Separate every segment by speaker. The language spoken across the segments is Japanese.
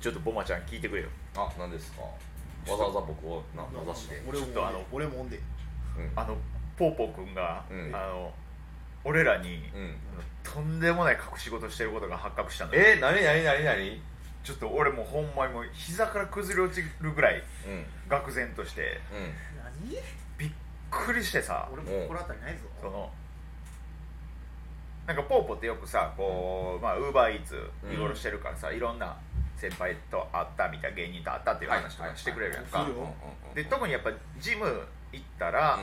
Speaker 1: ちょっとボマちゃん聞いてくれよ
Speaker 2: あ何ですかわざわざ僕をな名指しで、
Speaker 1: ちょっとあの
Speaker 3: 俺もおんで
Speaker 2: うん
Speaker 1: あのポーポー君が、
Speaker 2: うん
Speaker 1: あの俺らに、
Speaker 2: うん、
Speaker 1: とんでもない隠し事してることが発覚したの
Speaker 2: え何何何何
Speaker 1: ちょっと俺もうほんまにもう膝から崩れ落ちるぐらい
Speaker 2: うんうん
Speaker 1: 愕然として
Speaker 3: 何
Speaker 1: びっくりしてさ
Speaker 3: 俺も心当たりないぞ
Speaker 1: そのなんかポーポーってよくさこうまあウーバーイーツ
Speaker 2: うん
Speaker 1: 日頃してるからさ、いろんな先輩と会ったみたいな芸人と会ったっていう話と
Speaker 2: はい
Speaker 1: か
Speaker 2: はい
Speaker 1: してくれるやん
Speaker 3: は
Speaker 1: か
Speaker 3: いはい
Speaker 1: で特にやっぱジム行ったら、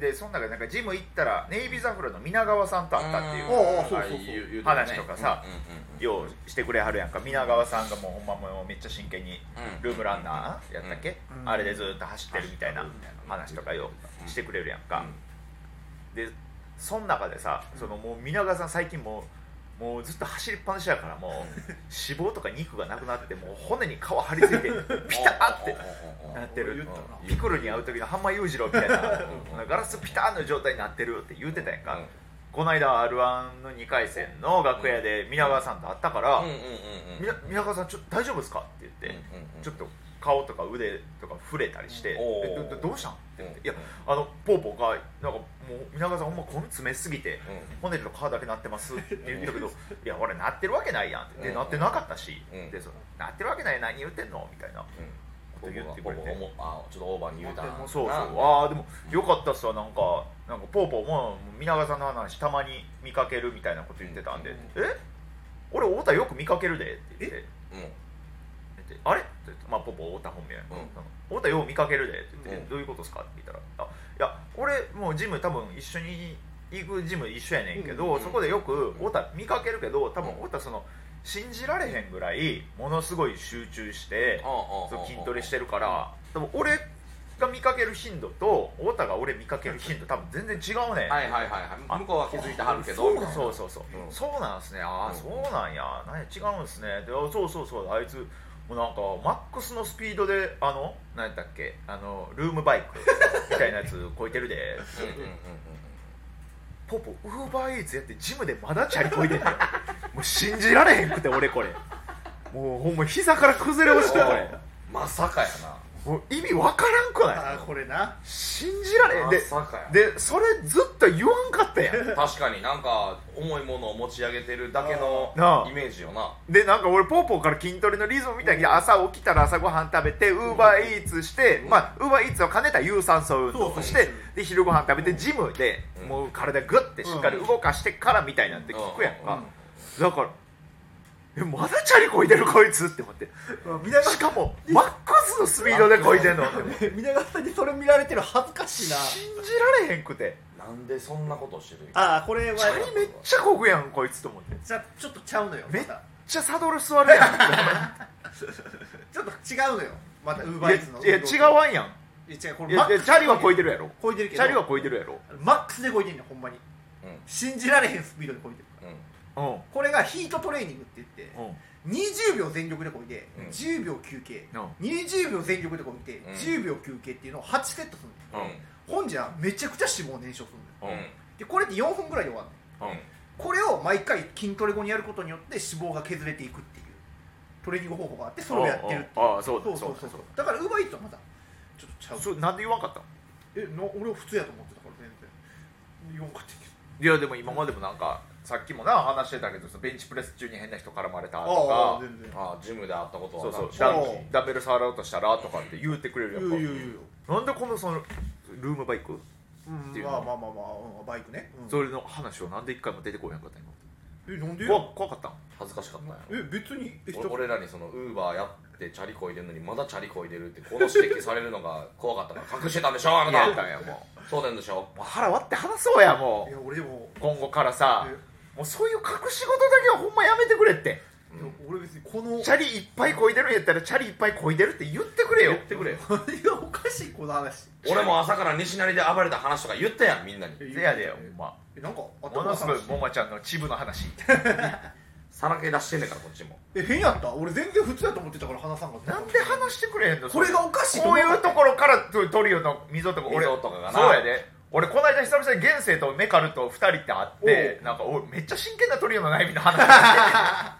Speaker 1: でその中でなんかジム行ったらネイビーザフロの皆川さんと会ったっていう
Speaker 3: うんおうおうそうそうそう
Speaker 2: う
Speaker 1: 話とかさ
Speaker 2: うんうん
Speaker 1: ようしてくれはるやんか皆川さんがもうほんまもうめっちゃ真剣に
Speaker 2: うん
Speaker 1: ルームランナーやったっけ、
Speaker 3: うん
Speaker 1: あれでずーっと走ってるみたいな
Speaker 3: 走ってるみたい
Speaker 2: な
Speaker 1: 話とかよ
Speaker 2: うん
Speaker 1: してくれるやん
Speaker 2: うん
Speaker 1: か、でその中でさそのもう皆川さん最近もうもうずっと走りっぱなしや からもう脂肪とか肉がなくなってもう骨に皮張り付い てピタッて
Speaker 2: うん
Speaker 1: なってる
Speaker 3: 俺言ったな
Speaker 1: ピクルに会う時の浜裕次郎みたいなガラスピターの状態になってるって言うてたやんか、
Speaker 2: うん
Speaker 1: この間 r 1の2回戦の楽屋で皆川さんと会ったから、
Speaker 2: うんうんうん
Speaker 1: みな宮川さんちょっと大丈夫ですか?」って言って、
Speaker 2: うんうんうん
Speaker 1: ちょっと顔とか腕とか触れたりして「
Speaker 2: お
Speaker 1: え
Speaker 2: ー
Speaker 1: どどどうしたん?」って言って「いや
Speaker 2: うん
Speaker 1: あのぽーぽーがなんかもう皆川さんほんま米詰めすぎて、
Speaker 2: うん
Speaker 1: 骨と皮だけなってます」って言ったけ ど「いや俺なってるわけないやん」って言って「なってなかったし」
Speaker 2: うん
Speaker 1: でそのなってるわけない何言ってんの?」みたいな。
Speaker 2: うん
Speaker 1: って言ってくれて
Speaker 2: 僕も僕もあちょっとオーバーに言うたな
Speaker 1: そうそう
Speaker 2: な
Speaker 1: ああでもよかったっすわなんかなんかぽーぽーも皆川さんの話たまに見かけるみたいなこと言ってたんで「え俺太田よく見かけるで」って言って
Speaker 2: うん
Speaker 1: であれって言って、まあ、ポポ太田本名や
Speaker 2: うん
Speaker 1: 太田よう見かけるでって言って、
Speaker 2: うん
Speaker 1: どういうことですかって聞いたら「あいや俺もうジム多分一緒に行くジム一緒やねんけど、
Speaker 2: うん
Speaker 1: そこでよく太田見かけるけど多分太田その信じられへんぐらいものすごい集中して、その筋トレしてるから、多分俺が見かける頻度と太田が俺見かける頻度多分全然違うねん。
Speaker 2: はいはいはいはい向こうは気づいてはるけど
Speaker 1: そう
Speaker 2: みたいな
Speaker 1: そうそうそう、
Speaker 2: うん
Speaker 1: そうなんすねああ、
Speaker 2: うん
Speaker 1: そうなんやなんや違うんすねであそうそうそうあいつもうなんかマックスのスピードであの何やったっけあのルームバイクみたいなやつ超えてるで
Speaker 2: うんうんうんうん
Speaker 1: ポポウーバーイーツやってジムでまだチャリこいでんねんもう信じられへんくて俺これもうほんま膝から崩れ落ちてこれ
Speaker 2: うんまさかやな
Speaker 1: もう意味わからんくない
Speaker 3: あーこれな
Speaker 1: 信じられへんで
Speaker 2: まさかや
Speaker 1: でそれずっと言わんかったやん
Speaker 2: 確かになんか重いものを持ち上げてるだけの
Speaker 1: なあ
Speaker 2: イメージよな
Speaker 1: でなんか俺ポーポーから筋トレのリズムみたいに朝起きたら朝ごはん食べてウーバーイーツしてまあウーバーイーツを兼ねた有酸素運動をしてで昼ごはん食べてジムで
Speaker 2: うん
Speaker 1: もう体グッてしっかり動かしてからみたいなんて聞くやんかだからえまだチャリこいでるこいつって思って
Speaker 3: 皆
Speaker 1: しかもマックスのスピードでこいでんのって思って
Speaker 3: 皆川さんにそれ見られてる恥ずかしいな
Speaker 1: 信じられへんくて
Speaker 2: なんでそんなことしてるん
Speaker 3: ああこれは
Speaker 1: チャリめっちゃこぐやんこいつと思ってめっ
Speaker 3: じゃあちょっとちゃうのよまた
Speaker 1: ちゃサドル座るやん
Speaker 3: ちょっと違うのよまたウーバーイーツの
Speaker 1: いやいや違うわんやん
Speaker 3: いや違うこ
Speaker 1: い
Speaker 3: れマ
Speaker 1: やい
Speaker 3: ッ
Speaker 1: や
Speaker 3: クス
Speaker 1: チャリはこいてるやろ
Speaker 3: こいでるけ
Speaker 1: チ
Speaker 3: ど
Speaker 1: ャリはこいてるやろ
Speaker 3: マックスでこいでんねんほんまに
Speaker 2: うん
Speaker 3: 信じられへんスピードでこいでる
Speaker 2: うん
Speaker 1: うん
Speaker 3: これがヒートトレーニングって言って
Speaker 1: うん
Speaker 3: 20秒全力でこいで、
Speaker 2: うん
Speaker 3: 10秒休憩、
Speaker 1: うん
Speaker 3: 20秒全力でこいて、
Speaker 2: うん
Speaker 3: 10秒休憩っていうのを8セットするんだよ
Speaker 2: うん
Speaker 3: ほんじゃめちゃくちゃ脂肪燃焼するんだよ
Speaker 1: うん
Speaker 2: うん
Speaker 3: でこれって4分ぐらいで終わるのよ
Speaker 2: うん
Speaker 3: これを毎回筋トレ後にやることによって脂肪が削れていくっていうトレーニング方法があってそれをやってるっていう
Speaker 1: ああそうだ
Speaker 3: そうそうそうそうだからうまいとはまだちょっとちゃう
Speaker 1: そうなんで言わんかったの
Speaker 3: えな俺は普通やと思ってたから全然言わんかったけど
Speaker 1: いやでも今までもなんかさっきもな話してたけどそのベンチプレス中に変な人絡まれたと
Speaker 3: ああ
Speaker 1: か
Speaker 3: 全然
Speaker 2: あジムで会ったことは
Speaker 1: そうそう
Speaker 2: な
Speaker 1: ダ
Speaker 2: んか
Speaker 3: おう
Speaker 1: ダンベル触ろうとしたらとかって言うてくれるや
Speaker 3: 言う言うん言うよ、
Speaker 1: かなんでこのそのルームバイク
Speaker 3: うん
Speaker 1: っていうの
Speaker 3: まあまあまあまあ、うんバイクね、うん
Speaker 1: それの話をなんで一回も出てこへんかった今
Speaker 3: えなんで
Speaker 1: 怖怖かったん
Speaker 2: 恥ずかしかったんや
Speaker 3: え別にえ
Speaker 2: 俺俺らにそのウーバーやってチャリこいでるのにまだチャリこいでるってこの指摘される のが怖かったから隠してたんでしょあ
Speaker 1: いや
Speaker 2: なたやもうそうなんでしょ
Speaker 1: もう腹割って話そうやも
Speaker 3: いうや俺でも
Speaker 1: 今後からさ
Speaker 3: え
Speaker 1: もうそういう隠し事だけはほんまやめてくれって
Speaker 3: いや俺別にこの
Speaker 1: チャリいっぱいこいでるんやったらチャリいっぱいこいでるって言ってくれよ
Speaker 2: 言 ってくれよ
Speaker 3: 何がおかしいこの話
Speaker 2: 俺も朝から西成で暴れた話とか言ったやんみんなに
Speaker 1: せやでよほんま
Speaker 3: えなんかあっ
Speaker 1: も
Speaker 3: た
Speaker 1: のすごい
Speaker 3: こ
Speaker 1: も
Speaker 3: の話
Speaker 1: まちゃんのチブの話
Speaker 2: さらけ出してんねんからこっちも
Speaker 3: え変やった俺全然普通やと思ってたから話さんかった
Speaker 1: なんで話してくれへんの
Speaker 3: これがおかしい
Speaker 1: こういうところからトトリオの溝とか俺
Speaker 2: 溝とかがな
Speaker 1: そうやで俺この間久々に現世とメカルと2人って会って
Speaker 3: お
Speaker 1: なんかおいめっちゃ真剣なトリオの悩みの話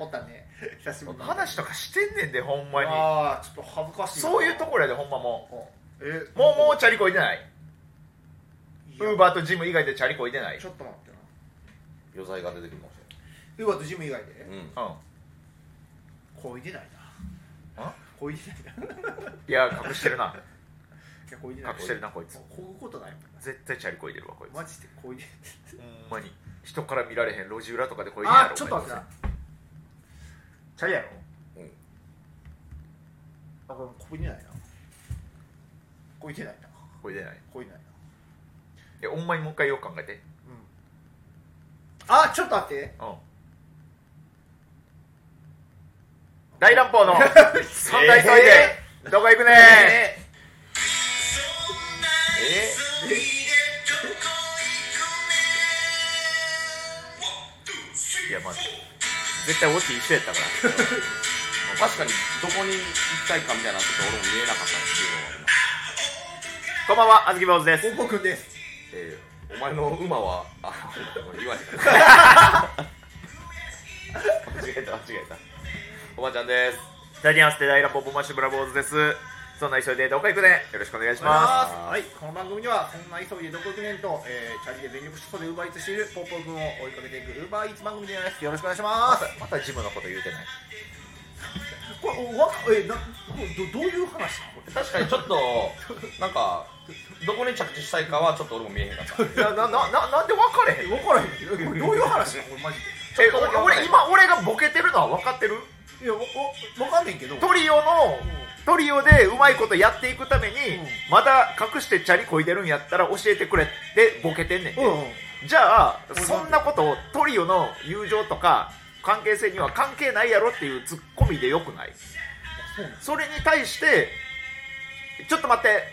Speaker 3: おったね久しぶりに
Speaker 1: 話とかしてんねんでほんまに
Speaker 3: ああちょっと恥ずかしいな
Speaker 1: そういうところやでほんまも
Speaker 3: うんえ
Speaker 1: うもうもうチャリこいでないウ
Speaker 3: いや
Speaker 1: ーバーとジム以外でチャリこいでない
Speaker 3: ちょっと待ってな
Speaker 2: 余罪が出てくるかもし
Speaker 3: ウーバーとジム以外
Speaker 2: れ
Speaker 3: で
Speaker 2: ない、うん、
Speaker 1: うん
Speaker 3: こいでないなんこいでないない
Speaker 1: いや隠してるな
Speaker 3: やこいでない
Speaker 1: 隠してるなこいつ
Speaker 3: こぐことないもんな
Speaker 1: 絶対チャリこいでるわこいつほん
Speaker 3: マジでこいで
Speaker 1: まに人から見られへん路地裏とかでこいでんや
Speaker 3: あ
Speaker 1: ろ
Speaker 3: ちょっと待って
Speaker 1: お前
Speaker 3: なチャリやろ
Speaker 2: うん
Speaker 3: あこれこいでないなこいでないな
Speaker 1: こいでない
Speaker 3: こいでないな
Speaker 1: えほんまにもう一回よく考えて
Speaker 3: うんあちょっと待って
Speaker 1: うん大乱暴の三大急いでどこ行くね
Speaker 2: え
Speaker 1: いやまあ絶対オッティ一緒やったから
Speaker 2: 確かにどこに行きたいかみたいなこと俺も見えなかったっていうのがあります
Speaker 1: こんばんはあずき坊主です
Speaker 3: ポンポくんです
Speaker 2: ええお前の馬はあこれ言わへん間違えた間違えたおばちゃんです
Speaker 1: いただきますて大乱暴ボンマッシュブラボーズですそんな急いでどこ行くねよろしくお願いしま
Speaker 2: あー
Speaker 3: はい、この番組ではそんな急ぎで独学年と、えー、チャリで全力疾走でウーバーイーツしているポッポ君を追いかけていくウーバーイーツ番組でございますよろしくお願いします
Speaker 1: またジムのこと言うてない
Speaker 3: すこれおわえなこれどどういう話なのこれ
Speaker 2: 確かにちょっとなんかどこに着地したいかはちょっと俺も見えへんかった
Speaker 1: なななななんで分かれへん
Speaker 3: 分からへんけどこれどういう話なのこれマジ
Speaker 1: え俺俺今俺がボケてるのは分かってる
Speaker 3: でいやわわわかんねんけど
Speaker 1: トリオのトリオでうまいことやっていくために、
Speaker 3: うん
Speaker 1: まだ隠してチャリこいでるんやったら教えてくれってボケてんねんて、
Speaker 3: うんうん
Speaker 1: じゃあ
Speaker 3: 俺なんで
Speaker 1: そんなことをトリオの友情とか関係性には関係ないやろっていうツッコミでよくない
Speaker 3: そうなん
Speaker 1: それに対してちょっと待って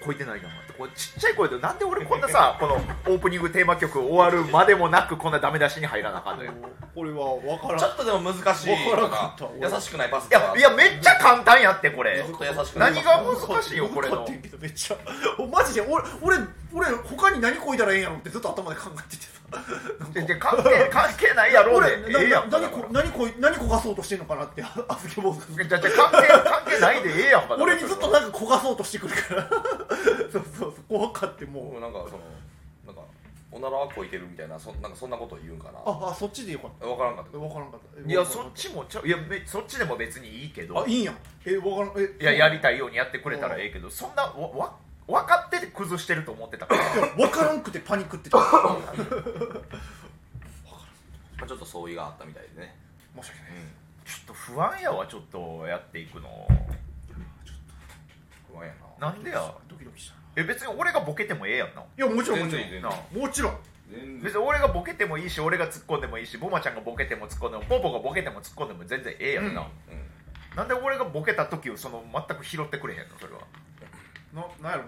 Speaker 1: こいてないなってこれちっちゃい声でなんで俺こんな さこのオープニングテーマ曲終わるまでもなくこんなダメ出しに入らなあかんのよ
Speaker 3: これは分からん
Speaker 2: ちょっとでも難しい
Speaker 3: わからなかった
Speaker 2: なんか優しくないパス
Speaker 1: いやいやめっちゃ簡単やってこれ
Speaker 2: ずっと優しくない
Speaker 1: 何が難しいよこれ
Speaker 3: 分かっ
Speaker 1: の
Speaker 3: てんけどめっちゃおマジで俺俺俺他に何こいだらええんやろってずっと頭で考えててさなんか
Speaker 1: 全然関係関係ないやろう
Speaker 3: 俺
Speaker 1: でええや
Speaker 3: なんな
Speaker 1: か
Speaker 3: 何こ何こい何こがそうとしてんのかなってああずき坊主が
Speaker 1: じゃじゃ関係関係ないでええやんかだから
Speaker 3: 俺にずっとなんか焦がそうとしてくるから そうそうそう怖かっても
Speaker 2: も
Speaker 3: う
Speaker 2: うなんかそのなんかおならはこいてるみたいなそなんかそんなこと言うんかな
Speaker 3: ああそっちでよかっ
Speaker 2: 分からんかった
Speaker 3: た分からんかった
Speaker 1: いやそっ
Speaker 3: ち
Speaker 1: ちもちゃういやめそっちでも別にいいけど
Speaker 3: あいいんやえ分からんえ
Speaker 1: いややり
Speaker 3: い
Speaker 1: たいようにやってくれたらええけどそんなわわ分かってて崩してると思ってたから
Speaker 3: や分からんくてパニックってた 申
Speaker 2: まあ、ちょっと相違があったみたいでね、
Speaker 3: し訳ない
Speaker 2: うん、
Speaker 1: ちょっと不安やわちょっとやっていくの
Speaker 2: 不安やな
Speaker 1: なんでや
Speaker 3: ドキドキしたな
Speaker 1: え別に俺がボケてもええやんない
Speaker 3: やもちろんもちろ
Speaker 2: 全然
Speaker 1: なあ
Speaker 3: んもちろん
Speaker 2: 全
Speaker 1: 別に俺がボケてもいいし俺が突っ込んでもいいしボマちゃんがボケても突っ込んでもポンポンがボケても突っ込んでも全然ええやんな、
Speaker 2: うん、
Speaker 1: なんで俺がボケた時をその全く拾ってくれへんのそれは
Speaker 3: ななんやろ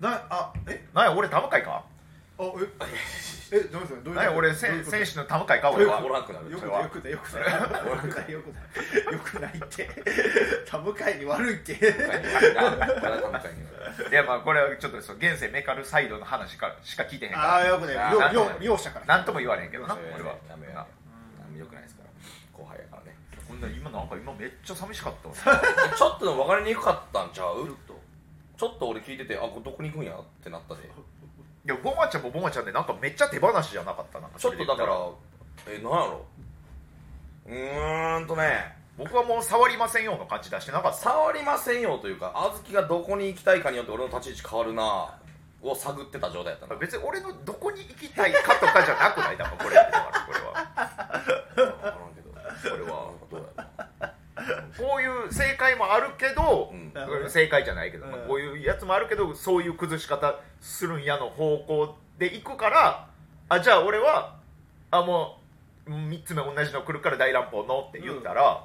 Speaker 3: ななあえ
Speaker 1: なんや俺田向かいか
Speaker 3: あ ええどういうことどういうこと
Speaker 1: なんや俺せ
Speaker 3: どういうこと
Speaker 1: 選手の田向かいか俺は
Speaker 2: おらんくなる
Speaker 3: よ
Speaker 2: それ
Speaker 3: くない
Speaker 2: は
Speaker 3: よくないよくない よくないよくないよくないって田向かいに悪いって
Speaker 1: いやまあこれはちょっとそう現世メカルサイドの話からしか聞いてへん
Speaker 3: あ
Speaker 1: か
Speaker 3: あよくない
Speaker 2: あ
Speaker 3: よ
Speaker 2: ー
Speaker 3: 両両両者から
Speaker 1: らなんとも言われへんけどな
Speaker 2: それ
Speaker 1: 俺は
Speaker 2: ダメ
Speaker 1: な
Speaker 2: やよくないですから後輩やからね
Speaker 1: こんな今なんか今めっちゃ寂しかったわ
Speaker 2: ちょっとでも分かりにくかったんちゃうちょっと俺聞いててあこれどこに行くんやってなったで
Speaker 1: いやボマちゃんもボマちゃんでなんかめっちゃ手放しじゃなかったなんか
Speaker 2: ちょ
Speaker 1: そ
Speaker 2: っ
Speaker 1: れで
Speaker 2: とだ
Speaker 1: 言た
Speaker 2: からえなんやろうーんとね
Speaker 1: 僕はもう触りませんよの感じ出してなかった
Speaker 2: 触りませんよというか小豆がどこに行きたいかによって俺の立ち位置変わるなを探ってた状態やった な
Speaker 1: 別に俺のどこに行きたいかとかじゃなくないだからこれだからこれは
Speaker 2: 分からんけどそれはどうや
Speaker 1: こういう正解もあるけど
Speaker 2: ろう、ん
Speaker 3: なるほどね
Speaker 1: 正解じゃないけど、
Speaker 3: うん
Speaker 1: まあこういうやつもあるけどそういう崩し方するんやの方向で行くからあじゃあ俺はあもう3つ目同じの来るから大乱暴のって言ったら、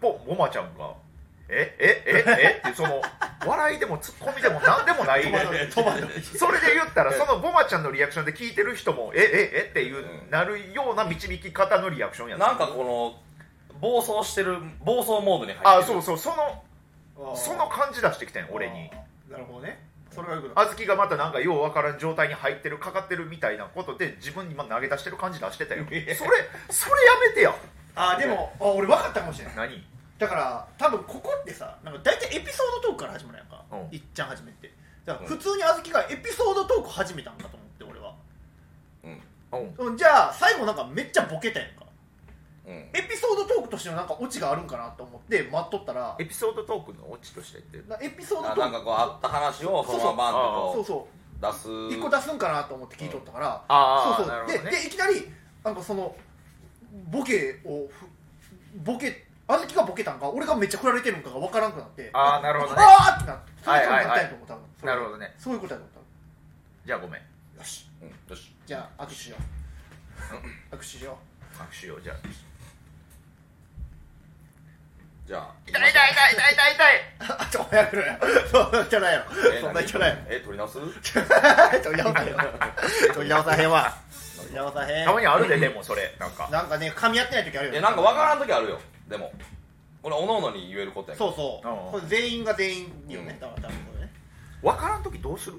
Speaker 1: ポンモマちゃんが「えええええってその笑いでもツッコミでも何でもない
Speaker 3: 戸惑い戸惑い
Speaker 1: それで言ったらそのボマちゃんのリアクションで聞いてる人も「えええっていう、
Speaker 2: うん
Speaker 1: なるような導き方のリアクションやった
Speaker 2: なんかこの暴走してる暴走モードに入ってる
Speaker 1: あそうそうその
Speaker 3: あー
Speaker 1: その感じ出してきたんよ俺に
Speaker 3: あーなるほどねそれがよくない
Speaker 1: 小豆がまたなんかようわからん状態に入ってるかかってるみたいなことで自分に今投げ出してる感じ出してたよそれそれやめてや
Speaker 3: あでもあ俺分かったかもしれない
Speaker 1: 何
Speaker 3: だから多分ここってさなんか大体エピソードトークから始まるやんか、
Speaker 1: うん
Speaker 3: いっちゃん始めってだから普通にあずきがエピソードトーク始めたんかと思って俺は
Speaker 2: うん
Speaker 1: うん
Speaker 3: うんじゃあ最後なんかめっちゃボケたやんか
Speaker 2: うん
Speaker 3: エピソードトークとしてのなんかオチがあるんかなと思って待っとったら
Speaker 1: エピソードトークのオチとして言ってる
Speaker 3: なエピソード
Speaker 2: あ
Speaker 3: ト
Speaker 2: な
Speaker 3: ー
Speaker 2: ん
Speaker 3: ク
Speaker 2: かこうあった話をそ
Speaker 3: そうそう
Speaker 2: のままバン
Speaker 3: そう
Speaker 2: と
Speaker 3: そ
Speaker 2: こう出
Speaker 3: う
Speaker 2: す
Speaker 3: 一個出すんかなと思って聞いとったから、
Speaker 1: ああ
Speaker 3: そう
Speaker 1: なるほ
Speaker 3: そう
Speaker 1: どね
Speaker 3: ででいきなりなんかそのボケをふボケあずきがボケたんか俺がめっちゃ振られてるんかが分からんくなって
Speaker 1: ああなるほどね
Speaker 3: あーってなってそう
Speaker 1: は
Speaker 3: いう
Speaker 1: い
Speaker 3: こと
Speaker 1: はいはい
Speaker 3: になったんやと思う多分それ
Speaker 1: なるほどね
Speaker 3: そういうことやと思う
Speaker 1: じゃあごめん
Speaker 3: 多分よし
Speaker 2: うんよし
Speaker 3: じゃあ握手しよう握手しよ
Speaker 1: 握手をじゃあ
Speaker 2: じゃあ
Speaker 1: 痛い痛い痛い痛い痛い痛いう
Speaker 3: あ ちょおやめろよそんなキャラやろ
Speaker 2: え
Speaker 3: そんなキャラやろ
Speaker 2: 何え取り直す
Speaker 3: 取り直さへんわ取り直さへんわ取り直さへん
Speaker 1: たまにあるででもそれなんか
Speaker 3: なんかね噛み合ってない時あるよ
Speaker 2: え
Speaker 3: ね
Speaker 2: なんかわからん時あるよでもこれおのおのに言えることやけど
Speaker 3: そうそ
Speaker 1: うん
Speaker 3: うこれ全員が全員よ
Speaker 2: う
Speaker 3: ね
Speaker 2: ん
Speaker 3: 多分多分これね
Speaker 1: 分からん時どうする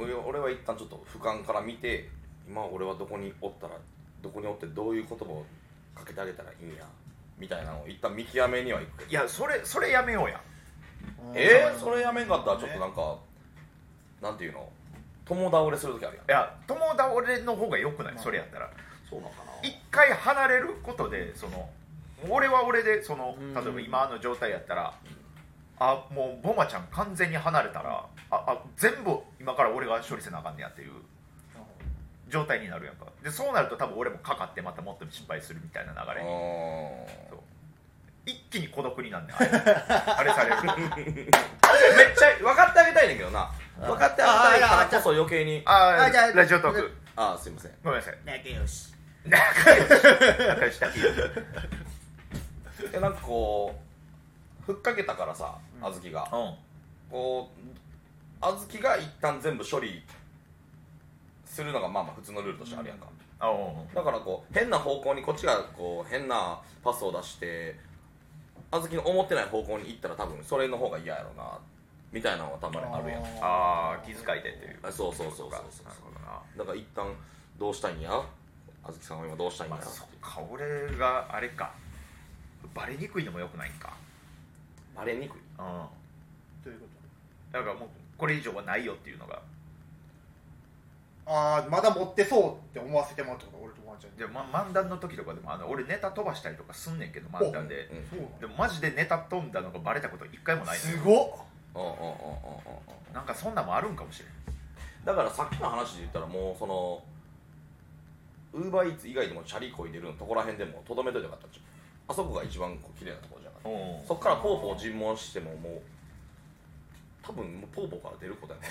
Speaker 2: 俺俺は一旦ちょっと俯瞰から見て今俺はどこにおったらどこにおってどういう言葉をかけてあげたらいいんやみたいなのを一旦見極めにはいくけど
Speaker 1: いやそれそれやめようや
Speaker 3: うん
Speaker 2: えー、それやめんかったらちょっとなんかなんていうの友倒れする時あるやん
Speaker 1: いや友倒れの方が良くないそれやったら
Speaker 2: そうなのかな
Speaker 1: 一回離れることでその俺は俺でその
Speaker 3: うん
Speaker 1: 例えば今の状態やったらあもうボマちゃん完全に離れたらああ全部今から俺が処理せなあかんねやっていう状態になるやんかでそうなると多分俺もかかってまたもっと失敗するみたいな流れにそう一気に孤独になんねんあ れあれされる
Speaker 2: めっちゃ分かってあげたいねんだけどな分かってあげたい
Speaker 3: あー
Speaker 2: か
Speaker 3: あー
Speaker 2: らこそ余計にあ
Speaker 1: あ
Speaker 3: あじゃあ
Speaker 1: ラジオトーク
Speaker 2: あーすいません
Speaker 1: ごめん なさい
Speaker 3: 仲良し
Speaker 1: 仲良しだけ
Speaker 2: えなんかこうふっかけたからさ
Speaker 3: うん
Speaker 2: 小豆が
Speaker 1: うん
Speaker 2: こう小豆が一旦全部処理するのがまあまあ普通のルールとしてあるやんか、
Speaker 1: あうん
Speaker 2: だからこう変な方向にこっちがこう変なパスを出して小豆の思ってない方向に行ったら多分それの方が嫌やろなみたいなのはたまにあるやん
Speaker 1: あー気遣いでっていう
Speaker 2: あそうそうそうそう
Speaker 1: か
Speaker 2: そう
Speaker 1: なるほどな
Speaker 2: だから一旦どうしたいんや小豆さんは今どうしたいんや
Speaker 1: まあ、そっか俺があれかバレにくいのもよくないんか
Speaker 2: バレに
Speaker 1: うん
Speaker 2: くい
Speaker 3: というこ
Speaker 1: だからもうこれ以上はないよっていうのが
Speaker 3: とああまだ持ってそうって思わせてもらったこと俺とおばあちゃんに
Speaker 1: じゃあ、ま、漫談の時とかでもあの俺ネタ飛ばしたりとかすんねんけど漫談で
Speaker 2: うんうん
Speaker 3: そうな
Speaker 1: でもマジでネタ飛んだのがバレたこと一回も
Speaker 3: の
Speaker 1: ない
Speaker 3: すごっ
Speaker 2: うんうんうんうんうんうん
Speaker 1: なんかそんなんもあるんかもしれん
Speaker 2: だからさっきの話で言ったらもうそのウーバーイーツ以外でもチャリこいでるのとこら辺でもとどめといてよかったんちゃうあそこが一番こう綺麗なところじゃなかった
Speaker 1: お
Speaker 2: そっからポーポー尋問してももう多分もうポーポーから出ることやもんね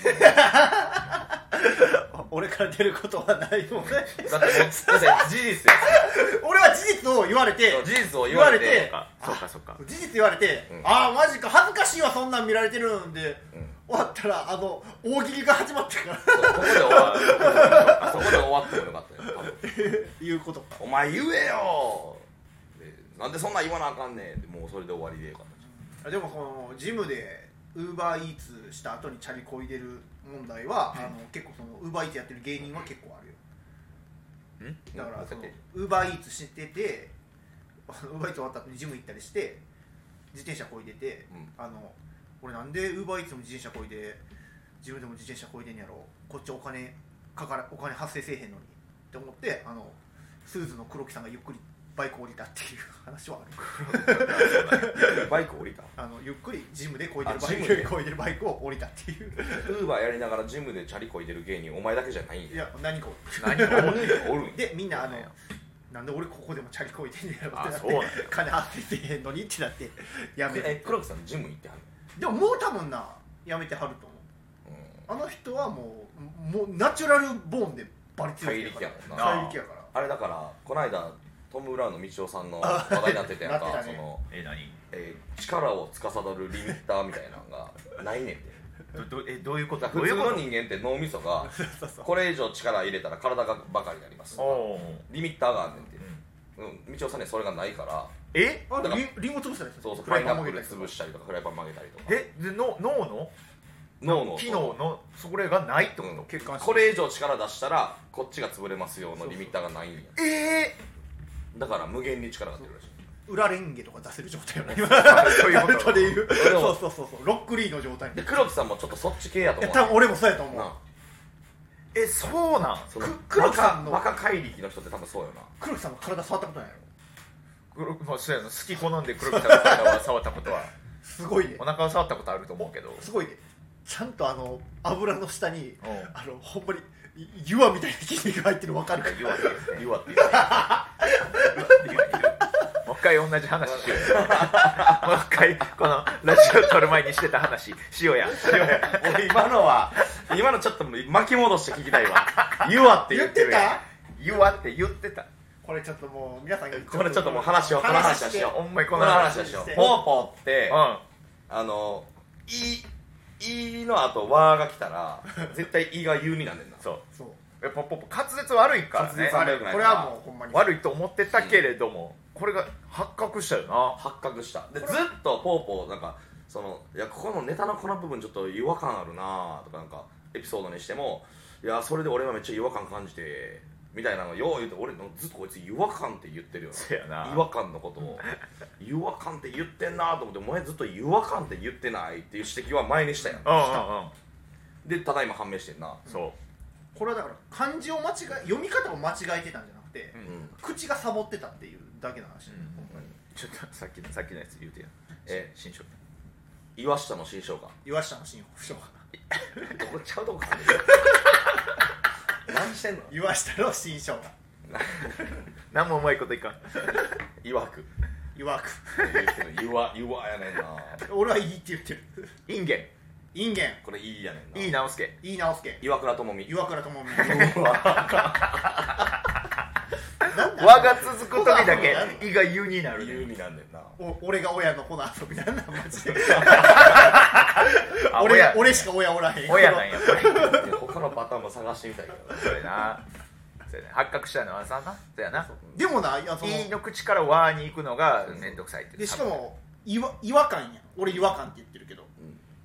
Speaker 3: 俺から出ることはないもんね
Speaker 2: だってもうだって事実や
Speaker 3: 俺は事実を言われて
Speaker 2: 事実を言われて
Speaker 3: 言われ
Speaker 1: そっかそっかそっか
Speaker 3: 事実言われて、
Speaker 2: うん
Speaker 3: ああマジか恥ずかしいわそんなん見られてるんで、
Speaker 2: うん
Speaker 3: 終わったらあの大喜利が始まったから
Speaker 2: そうここで終わるそこで終わってもよかったよ多分
Speaker 3: いうことか
Speaker 2: お前言えよでなんでそんなん言わなあかんねんってもうそれで終わりでよかったんちゃ
Speaker 3: あでもこのジムでウーバーイーツした後にチャリこいでる問題は、あの結構そのウーバーイーツやってる芸人は結構あるよ
Speaker 2: う
Speaker 3: だから
Speaker 2: うん
Speaker 3: そ
Speaker 2: そう
Speaker 3: の
Speaker 2: やって
Speaker 3: ウーバーイーツしててウーバーイーツ終わった後にジム行ったりして自転車こいでて、
Speaker 2: うん
Speaker 3: あの俺なんでウーバーイーツも自転車こいで自分でも自転車こいでんやろこっちお金かからお金発生せえへんのにって思ってあのスーズの黒木さんがゆっくりバイク降りたっていう話はあ る
Speaker 2: バイク降りた
Speaker 3: あのゆっくりジムでこいでる
Speaker 2: あ
Speaker 3: バイ
Speaker 2: ジムで
Speaker 3: クこいでるバイクを降りたっていう
Speaker 2: ウーバーやりながらジムでチャリこいでる芸人お前だけじゃないん
Speaker 3: い
Speaker 2: や
Speaker 3: や何かを
Speaker 1: 何が
Speaker 2: おるんやおるんや
Speaker 3: でみんなあのなんで俺ここでもチャリこいでんねやろってな
Speaker 1: あ
Speaker 3: っ
Speaker 1: そうなんや
Speaker 3: て 金発生せえへんのにってなってやめ
Speaker 2: え黒木さんジム行ってはん
Speaker 3: でももう多分なやめてはると思う
Speaker 2: の
Speaker 3: あの人はもうもうナチュラルボーンでバリ強い人
Speaker 2: 怪力やもん
Speaker 1: な
Speaker 3: 怪力やから
Speaker 2: あれだからこの間トム・ブラウンの道夫さんの話題になってたやん
Speaker 3: なって
Speaker 2: か
Speaker 3: た
Speaker 2: そ
Speaker 3: ね
Speaker 2: の、
Speaker 1: え何
Speaker 2: えー力を司るリミッターみたいなのがないねんて
Speaker 1: どどえどういうこ
Speaker 2: だ
Speaker 1: と
Speaker 2: か
Speaker 1: ど
Speaker 2: ら普
Speaker 1: ういうこ
Speaker 2: 通の人間って脳みそが
Speaker 3: そうそう
Speaker 2: これ以上力入れたら体がバカになります
Speaker 1: とおう
Speaker 2: リミッターがあんねんて
Speaker 1: うん
Speaker 2: うん道夫さんにはそれがないから
Speaker 1: え
Speaker 3: あれリリンゴ潰したりする
Speaker 2: そうそうパイナップ
Speaker 3: 曲
Speaker 2: ル
Speaker 3: げたりする
Speaker 2: 潰したりとかフライパン曲げたりとか
Speaker 1: えでの脳の
Speaker 2: 脳の
Speaker 1: 機能のそれがないってこと、
Speaker 2: うん
Speaker 3: 血管
Speaker 2: これ以上力出したらこっちが潰れますよのリミッターがないんや
Speaker 1: ええ
Speaker 2: だから無限に力が出るらしい
Speaker 3: 裏レンゲとか出せる状態よね
Speaker 1: そういう
Speaker 3: 今
Speaker 1: こ
Speaker 3: 本
Speaker 1: と
Speaker 3: 当で言う
Speaker 2: 俺も
Speaker 3: そうそうそうそうロックリーの状態
Speaker 2: で黒木さんもちょっとそっち系やと
Speaker 3: いや
Speaker 2: 思う
Speaker 3: 多分俺もそうやと思う
Speaker 2: なあ
Speaker 1: えそうなん
Speaker 2: その
Speaker 1: く
Speaker 3: 黒木さ
Speaker 2: バ
Speaker 3: ん
Speaker 2: カ
Speaker 3: の
Speaker 2: バカ怪力の人って多分そうよな
Speaker 3: 黒木さんの体触ったことないやろ
Speaker 1: 黒まあそうやな好き好んで黒木さんの体は触ったことは
Speaker 3: すごいね
Speaker 1: お腹は触ったことあると思うけ ど
Speaker 3: すごいねちゃんとあの油の下に
Speaker 1: うんなんか
Speaker 3: あのほんまにい湯葉みたいな筋肉が入ってるの分かるか
Speaker 1: 言わって言うね
Speaker 2: 言わって言う
Speaker 1: もう一回同じ話しようよもう一回このラジオ撮る前にしてた話しようや
Speaker 2: 俺今のは今のちょっと巻き戻して聞きたいわ言わって言
Speaker 3: 言っ
Speaker 2: って
Speaker 3: て
Speaker 2: るや
Speaker 3: た
Speaker 1: 言わって言ってた
Speaker 3: これちょっともう皆さんが
Speaker 2: んこれちょっともう話をこの話はしよう
Speaker 1: ほんまに
Speaker 2: こ
Speaker 1: こ
Speaker 2: の
Speaker 1: の話
Speaker 2: 話はしよ
Speaker 3: して
Speaker 2: うポーポーって
Speaker 1: うん
Speaker 2: あの「い」「い」の後「わ」が来たら絶対「い」が「ゆ」になんねんな
Speaker 1: そう
Speaker 3: そう
Speaker 1: やっぱポッポ滑舌悪いから
Speaker 2: 滑
Speaker 1: ね
Speaker 2: 舌悪い
Speaker 1: あれ
Speaker 2: 良くない
Speaker 3: これはもうほんまに
Speaker 1: 悪いと思ってたけれども、これが発覚したよな
Speaker 2: 発覚したでずっとポーポーなんかそのいやここのネタのこの部分ちょっと違和感あるなとかなんかエピソードにしてもいやそれで俺はめっちゃ違和感感じてみたいなのよう言うて俺のずっとこいつ違和感って言ってるよ
Speaker 1: そうやな
Speaker 2: 違和感のこと を違和感って言ってんなと思ってお前ずっと違和感って言ってないっていう指摘は前にしたやん
Speaker 1: うんうんうん
Speaker 2: でただ今判明してんな
Speaker 1: そう
Speaker 3: これはだから漢字を間違え読み方を間違えてたんじゃなくて、
Speaker 1: う
Speaker 2: うん
Speaker 3: 口がサボってたっていうだけの話、
Speaker 1: うんちょっとさっきのさっきのやつ言うてや
Speaker 2: え
Speaker 1: 新商品
Speaker 2: 岩下の新生姜
Speaker 3: 岩下の新保証
Speaker 2: どこちゃうとこか 何してんの
Speaker 3: 岩下の新生姜
Speaker 1: 何もうまいこといかん
Speaker 2: いわく
Speaker 3: 岩く
Speaker 2: 言ってるいわいわやねんな
Speaker 3: 俺はいいって言ってる
Speaker 1: インゲ
Speaker 3: インゲ
Speaker 2: これいいやねん
Speaker 1: ン
Speaker 2: ない
Speaker 1: いい直輔
Speaker 3: ンいい直すけ
Speaker 2: 岩倉智美
Speaker 3: 岩倉智 美
Speaker 1: 和が続く時だけ
Speaker 3: ここが
Speaker 1: イがユになる
Speaker 2: 言う
Speaker 1: ね
Speaker 2: になんねんな
Speaker 3: お俺が親の子の遊びなんなんマジで
Speaker 1: あ
Speaker 3: 俺
Speaker 1: 親
Speaker 3: 俺しか親おらへん
Speaker 1: 親なんやこれ
Speaker 2: で他のパターンも探してみたいけど
Speaker 1: そうやなそうやな発覚したのはさなそうやな
Speaker 3: でもないやその
Speaker 1: イの口から和に行くのが面倒くさいって
Speaker 3: でしかも違和違和感や俺違和感って言ってるけど、
Speaker 2: ん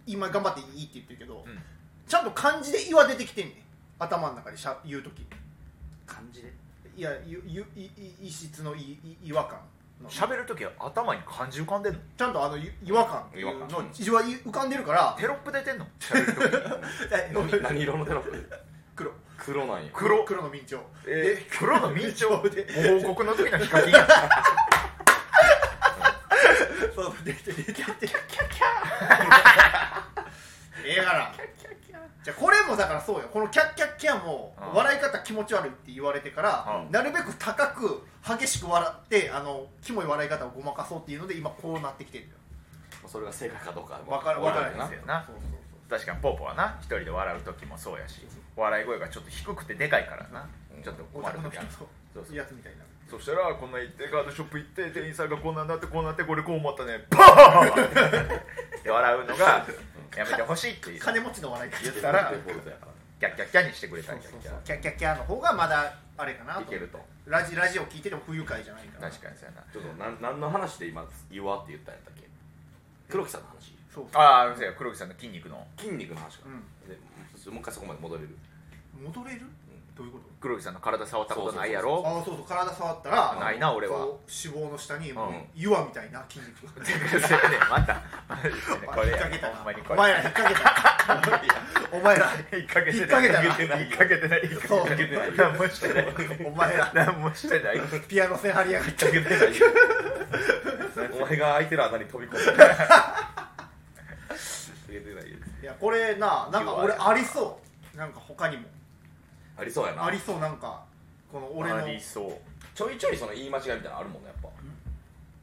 Speaker 3: 今頑張っていいって言ってるけど、
Speaker 1: うん
Speaker 3: ちゃんと漢字で「い」は出てきてんねん頭の中でしゃ言う時
Speaker 2: 漢字で
Speaker 3: いやゆゆいい異質のいい違和感の
Speaker 1: 喋る時は頭に漢字浮かんでんの
Speaker 3: ちゃんとあのゆ違和感っていうの
Speaker 2: 違和感
Speaker 3: 地上は浮かんでるから
Speaker 1: テロップ出てんの喋る時
Speaker 3: え
Speaker 2: 何何色のテロップ
Speaker 3: 黒
Speaker 2: 黒なんや
Speaker 1: 黒
Speaker 3: 黒の明朝
Speaker 1: えー黒の明朝
Speaker 3: で
Speaker 1: もう報告の時のヒカキンや
Speaker 3: そう出て出てキャキャキャええからじゃあこれもだからそうよこのキャッキャッキャも
Speaker 1: うん
Speaker 3: 笑い方気持ち悪いって言われてから
Speaker 1: うん
Speaker 3: なるべく高く激しく笑ってあのキモい笑い方をごまかそうっていうので今こうなってきてる
Speaker 2: それが正解かどうか
Speaker 3: わかるわかる
Speaker 1: んないですよな
Speaker 3: そうそうそう
Speaker 1: 確かにポーポーはな一人で笑う時もそうやし笑い声がちょっと低くてでかいからな、
Speaker 2: うん
Speaker 1: ちょっと
Speaker 3: お
Speaker 1: 困る
Speaker 3: 宅の
Speaker 1: 時
Speaker 3: 人
Speaker 1: あ
Speaker 3: の
Speaker 1: るそうそう
Speaker 3: やつみたいな
Speaker 1: そしたらこんな行ってカードショップ行って店員さんがこんなんなってこうなってこれこう思ったねパーンって笑うのがやめてほしいっていう
Speaker 3: 金持ちの笑い
Speaker 2: 言っ
Speaker 3: 方
Speaker 2: たらボルトやから
Speaker 1: キャッキャッキャにしてくれた
Speaker 3: そ
Speaker 1: り
Speaker 3: う
Speaker 1: キャ
Speaker 3: そ
Speaker 1: ッ
Speaker 3: う
Speaker 1: キ
Speaker 3: そ
Speaker 1: ャ
Speaker 3: うキャッキャッキャの方がまだあれかない
Speaker 2: けると
Speaker 3: ラジラジオ聞いてても不愉快じゃないかな
Speaker 1: 確かにそうやな
Speaker 2: ちょっとなん何の話で今「岩」って言ったんやったっけ黒木さんの話
Speaker 3: そうそ
Speaker 1: あ
Speaker 3: う
Speaker 1: ああのせや黒木さんの筋肉の
Speaker 2: 筋肉の話か、
Speaker 3: う
Speaker 2: でもう一回そこまで戻れる
Speaker 3: 戻れるどういうこと
Speaker 1: 黒木さんの体触ったことないやろ
Speaker 3: あそうそう体触ったら
Speaker 1: ないな俺は
Speaker 3: こう脂肪の下にもう
Speaker 1: うん
Speaker 3: 湯葉みたいな筋肉が
Speaker 1: それねまたマジでねこれ
Speaker 3: 引っ
Speaker 1: や
Speaker 3: 掛けたな
Speaker 1: ほんまにこれ
Speaker 3: お前ら引っ掛け たお前ら
Speaker 1: 引っ掛けて
Speaker 3: 引っ掛けたな
Speaker 1: ない引っ掛けてない引っ
Speaker 3: そう
Speaker 1: 掛けてない何もしてない
Speaker 3: お前ら
Speaker 1: 何もしてない
Speaker 3: ピアノ線張りや がって
Speaker 2: だけで大丈夫お前が 相手の穴に飛び込んで入れてない
Speaker 3: いやこれななんか俺ありそうなんか他にも
Speaker 2: ありそうやな
Speaker 3: ありそうなんかこの俺の
Speaker 1: ありそう
Speaker 2: ちょいちょいその言い間違いみたいなのあるもんねやっぱ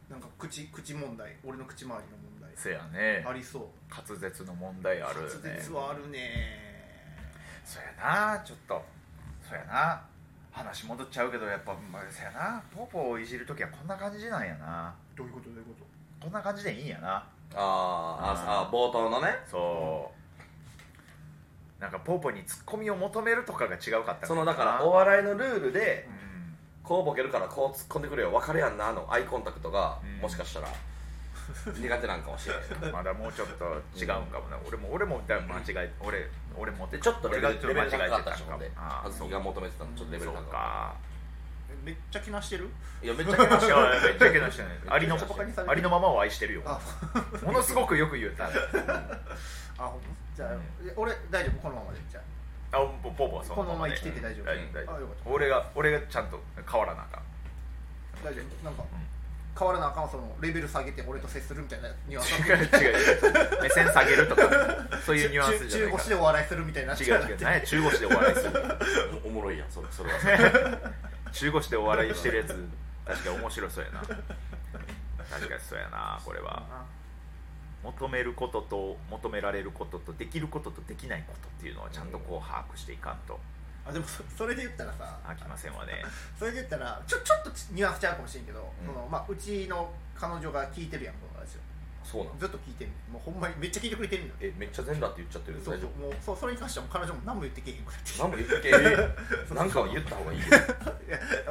Speaker 3: なんか口口問題俺の口周りの問題
Speaker 1: せやね
Speaker 3: ありそう
Speaker 1: 滑舌の問題あるよ
Speaker 3: 滑
Speaker 1: ね
Speaker 3: 舌はあるね
Speaker 1: そうやなちょっとそうやな話戻っちゃうけどやっぱまあそうやなポーポーをいじる時はこんな感じなんやな
Speaker 3: どういうことどういうこと
Speaker 1: こんな感じでいいんやな
Speaker 2: あーあーあー冒頭のね
Speaker 1: そうなんかポーポーにツッコミを求めるとかが違うかったん
Speaker 2: そのだからお
Speaker 1: う
Speaker 2: 笑いのルールで
Speaker 1: ん
Speaker 2: こうボケるからこう突っ込んでくれよ分かるやんなあのアイコンタクトが、
Speaker 1: うん
Speaker 2: もしかしたら苦手なんかもしれない
Speaker 1: まだもうちょっと違うんかもな、俺も俺もだいぶ間違え俺俺も
Speaker 2: でちょっとレ
Speaker 1: 俺
Speaker 2: ベ
Speaker 1: が
Speaker 2: ル
Speaker 1: ちょっと間違え
Speaker 2: レベル
Speaker 1: て
Speaker 2: 高
Speaker 1: た
Speaker 2: か
Speaker 1: ん
Speaker 2: った
Speaker 1: か
Speaker 2: で
Speaker 1: もあ
Speaker 2: あ
Speaker 1: あ
Speaker 2: ず
Speaker 1: そう
Speaker 2: きが求めてたのちょっとレベル
Speaker 1: そ
Speaker 2: 高
Speaker 1: う
Speaker 2: かっ
Speaker 1: か
Speaker 3: めっちゃ気なしてる
Speaker 2: いやめっちゃけなし
Speaker 1: い
Speaker 2: て
Speaker 1: や
Speaker 2: る
Speaker 1: めっちゃいけない人やねありの
Speaker 3: めっちゃバカにされてる
Speaker 1: ありのままを愛してるよ
Speaker 3: あ
Speaker 1: ものすごくよく言う た
Speaker 3: あほんまじゃあ、俺大丈夫このままでじゃ
Speaker 1: あポポーポはその
Speaker 3: このまま生きてて大丈夫
Speaker 1: 大丈夫大丈
Speaker 3: あよかった
Speaker 1: 夫俺が俺がちゃんと変わらなあかん
Speaker 3: あ大丈夫なんか、変わらなあかんそのレベル下げて俺と接するみたいなニュア ンス
Speaker 1: 違う違う目線下げ るとかそういうニュアンスじゃない
Speaker 3: 中
Speaker 1: か
Speaker 3: 腰でお笑いするみたいになっちゃ
Speaker 1: ら違う違う何や中腰でお笑いする
Speaker 2: おもろいやんそれそれ は
Speaker 1: 中腰でお笑いしてるやつ確かに面白そうやな確かにそうやなこれは
Speaker 3: あ
Speaker 1: 求めることと求められることとできることとできないことっていうのはちゃんとこう把握していかんと
Speaker 3: あでもそそれで言ったらさ
Speaker 1: 飽きませんわね
Speaker 3: それで言ったらちょちょっとニュアンスちゃうかもしれんけど、
Speaker 2: ん
Speaker 3: そのまあ、うちの彼女が聞いてるやんこのラジ
Speaker 2: そうな
Speaker 3: オ
Speaker 2: の
Speaker 3: ずっと聞いてるもうほんまにめっちゃ聞いてくれてるんだよ
Speaker 2: えめっちゃ全裸って言っちゃってる
Speaker 3: そう
Speaker 2: 大
Speaker 3: そ
Speaker 2: 丈
Speaker 3: うもうそうそれに関してはもう彼女も何も言ってけえへんくら
Speaker 2: 夫何も言ってなんかは言った方がいいよ
Speaker 3: いや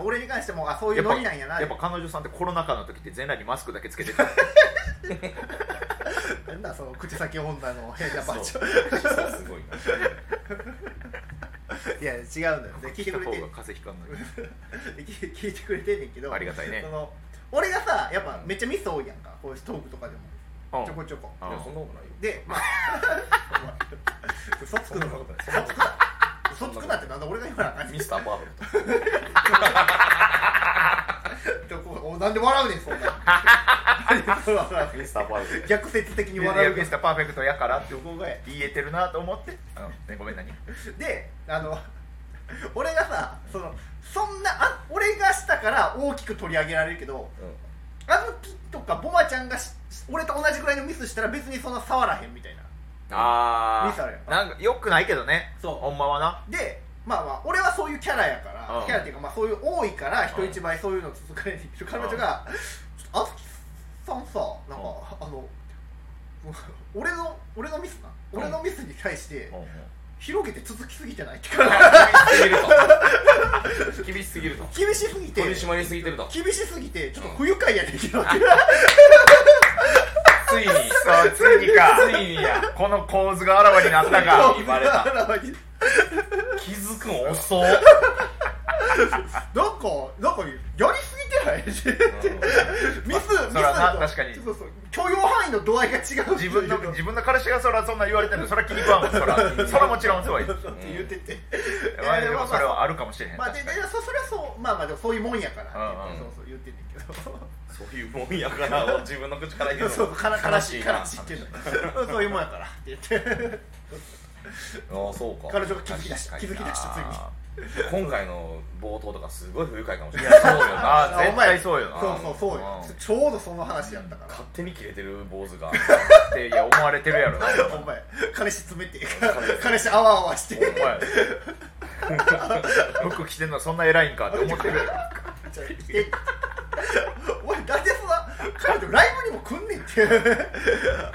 Speaker 3: 俺に関してもあそうい
Speaker 1: や
Speaker 3: う
Speaker 1: っぱ
Speaker 3: ノリなんやな
Speaker 1: やっぱ彼女さんってコロナ禍の時って全裸にマスクだけつけてた
Speaker 3: なんだその口先女の変なバージョ
Speaker 2: そうすごいな
Speaker 3: ンいや違うんだよで聞いてくれて
Speaker 1: た方が風邪ひかんのに
Speaker 3: 聞い聞いてくれてんねんけど
Speaker 1: ありがたいね
Speaker 3: その俺がさやっぱめっちゃミス多いやんかこういうトークとかでもちょこちょこ
Speaker 1: あ
Speaker 2: いやそんなことないよ
Speaker 3: でまあ 嘘つくの
Speaker 2: とないそんなことない
Speaker 3: 嘘つくなってなんだ俺が今な感じ
Speaker 2: ミスターパーフェクト
Speaker 3: おなんで笑うねんそん な
Speaker 2: ミスターパーフェクト
Speaker 3: 逆説的に
Speaker 1: いやい
Speaker 3: 笑
Speaker 1: や
Speaker 3: うね
Speaker 1: ミ
Speaker 3: ん
Speaker 1: スターパーフェクトやからって
Speaker 3: どこがや
Speaker 1: 言えてるなと思って、うんね、ごめん何
Speaker 3: であの俺がさそのそんなあ俺がしたから大きく取り上げられるけどあずきとかボマちゃんがし俺と同じぐらいのミスしたら別にそんな触らへんみたいな
Speaker 1: あ
Speaker 3: ミスあるやん
Speaker 1: なんかよくないけどね
Speaker 3: そう
Speaker 1: ほんまはな
Speaker 3: でまあまあ俺はそういうキャラやか
Speaker 1: う
Speaker 3: ら
Speaker 1: ん
Speaker 3: キャラっていうかまあそういう多いから人一倍そういうの続かれている彼女が「ちょっとあずきさんさなんかあの 俺の俺のミスな
Speaker 1: うん
Speaker 3: 俺のミスに対して
Speaker 1: うんうん
Speaker 3: 広げて続きすぎてない?」って
Speaker 2: 厳しすぎると
Speaker 3: 厳しすぎて
Speaker 2: 厳しすぎると取り締まりすぎてると
Speaker 3: 厳しすぎてちょっと不愉快やねんけどって
Speaker 2: ついに
Speaker 1: そうついにか
Speaker 2: ついにや
Speaker 1: この構図があらわになった か
Speaker 2: 言われた
Speaker 3: なんか
Speaker 2: 気づくん遅っ
Speaker 3: なんかやりすぎてない ミス、ミス
Speaker 1: そらな
Speaker 3: と
Speaker 1: 確かに
Speaker 3: そうそう許容範囲の度合いが違うっていう
Speaker 1: 自分の自分の彼氏がそらそんな言われてるのそら気に食わんわそらそらもちろんそうはいい
Speaker 3: って言ってて、
Speaker 1: まあで
Speaker 3: ま
Speaker 1: も
Speaker 3: あ
Speaker 1: それはあるかもしれへん
Speaker 3: まあで
Speaker 1: 確
Speaker 3: で
Speaker 1: かに
Speaker 3: そそれはそうまあまあでもそういうもんやから、
Speaker 1: うんうん
Speaker 3: そうそう言ってんねんけど
Speaker 2: そういうもんやから自分の口から言うの
Speaker 3: そうから悲しい
Speaker 2: な
Speaker 3: 悲しいっていうのうんそういうもんやからって言って
Speaker 2: ああそうか
Speaker 3: 彼女が気づき出した気づき出したついに
Speaker 1: あ
Speaker 2: 今回の冒頭とかすごい不愉快かもしれ
Speaker 1: ー
Speaker 2: ない
Speaker 1: いやそうよな
Speaker 3: あ
Speaker 1: 絶対そうよな
Speaker 3: そうそうそうよ
Speaker 1: うん
Speaker 3: ちょうどその話やったから
Speaker 2: 勝手に切れてる坊主が
Speaker 1: っていや思われてるやろな
Speaker 3: お前彼氏冷てえ彼氏あわあわして
Speaker 1: お前服着てんのそんな偉いんかって思ってるやろ
Speaker 3: ちょいてお前だってそんな彼女ライブにも来んねんって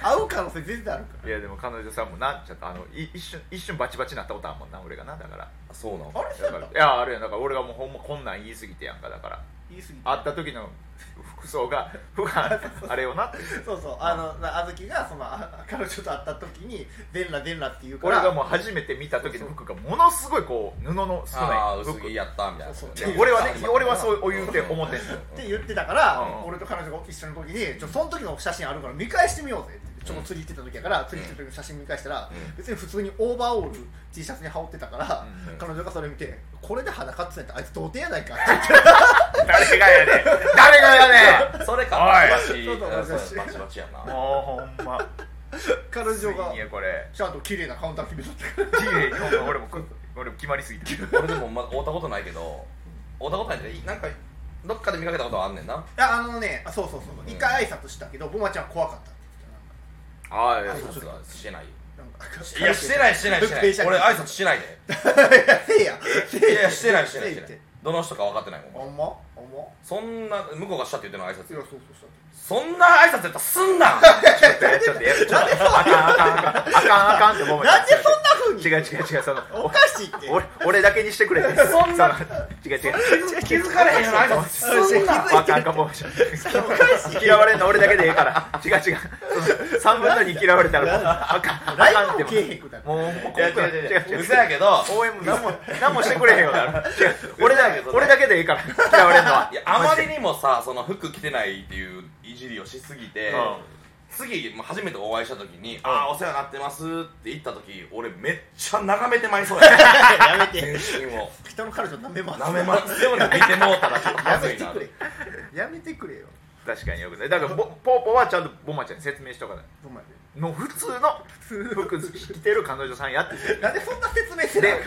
Speaker 3: 会う可能性全然あるか
Speaker 1: いやでも彼女さんもなちょっとあのい一瞬一瞬バチバチなったことあるもんな俺がなだから
Speaker 2: あそうなの
Speaker 3: らあれそう
Speaker 1: だ
Speaker 3: や
Speaker 1: か
Speaker 3: った
Speaker 1: らいやあるやんだから俺がもうほんまこんなん言い過ぎてやんかだから
Speaker 3: 言い過ぎて
Speaker 1: 会った時の服装が服があれよなって
Speaker 3: そうそうあのなあずきがそのあ彼女と会った時に「全裸全裸」って言うか
Speaker 1: 俺
Speaker 3: ら
Speaker 1: がもう初めて見た時の服がものすごいこう布の少
Speaker 2: ああ
Speaker 1: ない
Speaker 2: 薄
Speaker 1: 服
Speaker 2: 着やったみたいな
Speaker 3: そう
Speaker 1: で俺はね俺はそう言うて思ってんのよ
Speaker 3: って言ってたから、
Speaker 1: うん
Speaker 3: 俺と彼女が一緒の時にちょその時の写真あるから見返してみようぜってちょっと釣り行ってた時やから、釣り行ってた時の写真見返したら、
Speaker 2: うん
Speaker 3: 別に普通にオーバーオール T シャツに羽織ってたから、
Speaker 2: うん
Speaker 3: 彼女がそれ見て「これで裸っつってんやったらあいつ童貞やないか」って
Speaker 1: 誰がやねん誰がや ねん
Speaker 2: それか
Speaker 1: おい
Speaker 2: バチ
Speaker 3: そうそう
Speaker 2: バチバチバチバチやな
Speaker 1: もうほんま
Speaker 3: 彼女が
Speaker 1: いいやこれ
Speaker 3: ちゃんと綺麗なカウンター決めとったから
Speaker 1: ジビエ日本が俺もく俺も決まりすぎてる
Speaker 2: 俺でもまだ会ったことないけど会ったことないけどなんかどっかで見かけたことはあんねんない
Speaker 3: やあのねあそうそうそう、一回挨拶したけどボマちゃん怖かったって言って
Speaker 2: ああいや
Speaker 3: あ
Speaker 2: そ
Speaker 3: そう
Speaker 2: うそうしてないよ
Speaker 3: たなんかなんか
Speaker 2: いや してないしてない してない俺挨拶してないで
Speaker 3: せい や
Speaker 2: いやしてないしてないしてな
Speaker 3: せ
Speaker 2: いい
Speaker 3: って
Speaker 2: どの人か分かってないもん
Speaker 3: あんまあんま
Speaker 2: そんな向こうがしたって言ってるの挨
Speaker 3: い
Speaker 2: 拶
Speaker 3: やそうそうそう
Speaker 2: そんな挨拶やったらすん な
Speaker 1: ちょっとやちょっとやちょっとあかんあかんあかんあかんあかんって思う
Speaker 3: なんでそんなふうに
Speaker 1: 違う違う違うその
Speaker 3: おかしいって
Speaker 1: 俺俺だけにしてくれって
Speaker 2: そんな
Speaker 1: の違違う違う
Speaker 3: 気づかれへんよなあいつ
Speaker 1: そんなあかんかもしれない嫌われんの俺だけでええから違う違う3分の2嫌われたらもうあかんあ
Speaker 3: ラ
Speaker 1: か
Speaker 3: イ
Speaker 1: んっ
Speaker 3: ブ
Speaker 1: て
Speaker 3: もけえへんくだ
Speaker 1: もうもうもう
Speaker 2: いや違う違う違う嘘やけど
Speaker 1: 応援も何も 何もしてくれへんよな違う俺だけ俺だけでええから嫌われんのはい
Speaker 2: やあまりにもさその服着てないっていういじりをしすぎて、
Speaker 1: うん
Speaker 2: 次まあ初めてお会いした時に「ああお世話になってます」って言った時俺めっちゃ眺めてまい そうや
Speaker 3: やめて
Speaker 2: 全身を
Speaker 3: 人の彼女舐めます
Speaker 2: 舐めますように見てもうたらちょっとま
Speaker 3: や
Speaker 2: ず
Speaker 3: め
Speaker 2: い
Speaker 3: て
Speaker 2: な
Speaker 3: くれやめてくれよ
Speaker 1: 確かによくないだからぼポーポーはちゃんとボマちゃんに説明しとかない
Speaker 3: ほんまやで
Speaker 1: の普通の服着てる彼女さんやって言ってる
Speaker 3: なんでそんな説明せ
Speaker 1: で
Speaker 3: な
Speaker 1: 俺で